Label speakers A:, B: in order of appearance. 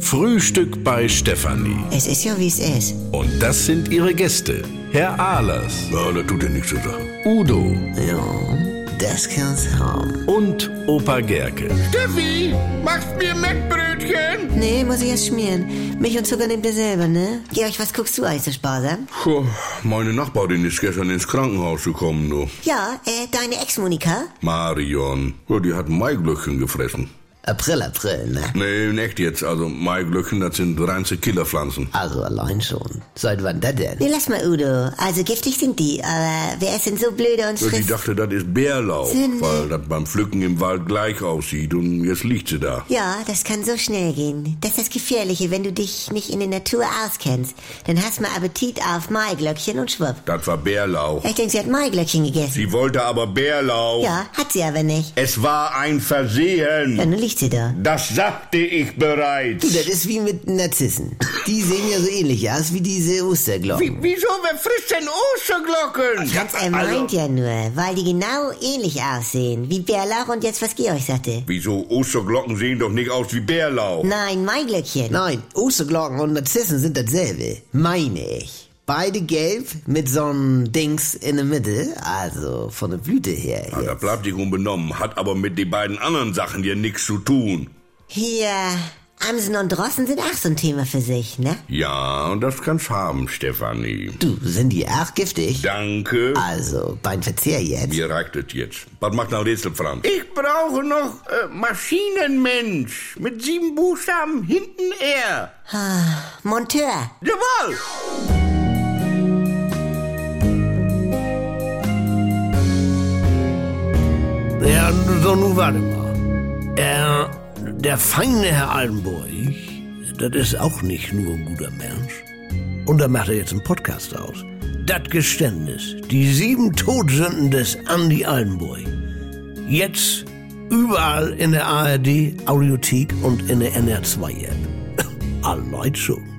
A: Frühstück bei Stefanie.
B: Es ist ja, wie es ist.
A: Und das sind ihre Gäste. Herr Ahlers,
C: Ja, das tut ja nichts zur Sache.
A: Udo
B: Ja, das kann's haben.
A: und Opa Gerke.
D: Steffi, machst mir Mettbrötchen?
B: Nee, muss ich erst schmieren. Milch und Zucker nehmt ihr selber, ne? Georg, was guckst du eigentlich so sparsam?
C: Puh, meine Nachbarin ist gestern ins Krankenhaus gekommen, du.
B: Ja, äh, deine Ex-Monika?
C: Marion. Ja, die hat Maiglöckchen gefressen.
E: April, April, ne?
C: Nee, nicht jetzt. Also Maiglöckchen, das sind reinste Killerpflanzen.
E: Also allein schon. Seit wann das denn?
B: Nee, lass mal, Udo. Also giftig sind die, aber wer ist denn so blöde und
C: Ja, Die
B: frisst...
C: dachte, das ist Bärlauch,
B: Sünde.
C: weil das beim Pflücken im Wald gleich aussieht und jetzt liegt sie da.
B: Ja, das kann so schnell gehen. Das ist das Gefährliche, wenn du dich nicht in der Natur auskennst. Dann hast mal Appetit auf Maiglöckchen und schwupp.
C: Das war Bärlauch.
B: Ich denke, sie hat Maiglöckchen gegessen.
C: Sie wollte aber Bärlauch.
B: Ja, hat sie aber nicht.
C: Es war ein Versehen.
B: Ja, nun liegt sie da.
C: Das sagte ich
E: Du,
C: bereits.
E: das ist wie mit Narzissen. Die sehen ja so ähnlich aus wie diese Osterglocken.
D: Wieso, wer frisst denn Osterglocken?
B: Ganz er
C: Also-
B: meint ja nur, weil die genau ähnlich aussehen, wie Bärlauch und jetzt, was Georg sagte.
C: Wieso? Osterglocken sehen doch nicht aus wie Bärlauch.
B: Nein, Maiglöckchen.
E: Nein, Osterglocken und Narzissen sind dasselbe. Meine ich. Beide gelb mit so einem Dings in der Mitte. Also von der Blüte her.
C: Ja, Ah, da
E: jetzt.
C: bleibt die unbenommen, hat aber mit den beiden anderen Sachen ja nichts zu tun.
B: Hier, Amsen und Drossen sind auch so ein Thema für sich, ne?
C: Ja, das kann's haben, Stefanie.
E: Du, sind die auch giftig?
C: Danke.
E: Also, beim Verzehr jetzt.
C: Mir reicht es jetzt. Was macht noch Rätsel, Franz?
D: Ich brauche noch äh, Maschinenmensch mit sieben Buchstaben hinten R.
B: Ah, Monteur.
D: Jawohl!
F: Ja, so nun warte mal. Äh, der feine Herr Altenburg, das ist auch nicht nur ein guter Mensch. Und da macht er jetzt einen Podcast aus. Das Geständnis, die sieben Todsünden des Andy Altenburg. Jetzt überall in der ARD, Audiothek und in der NR2-App. Allein schon.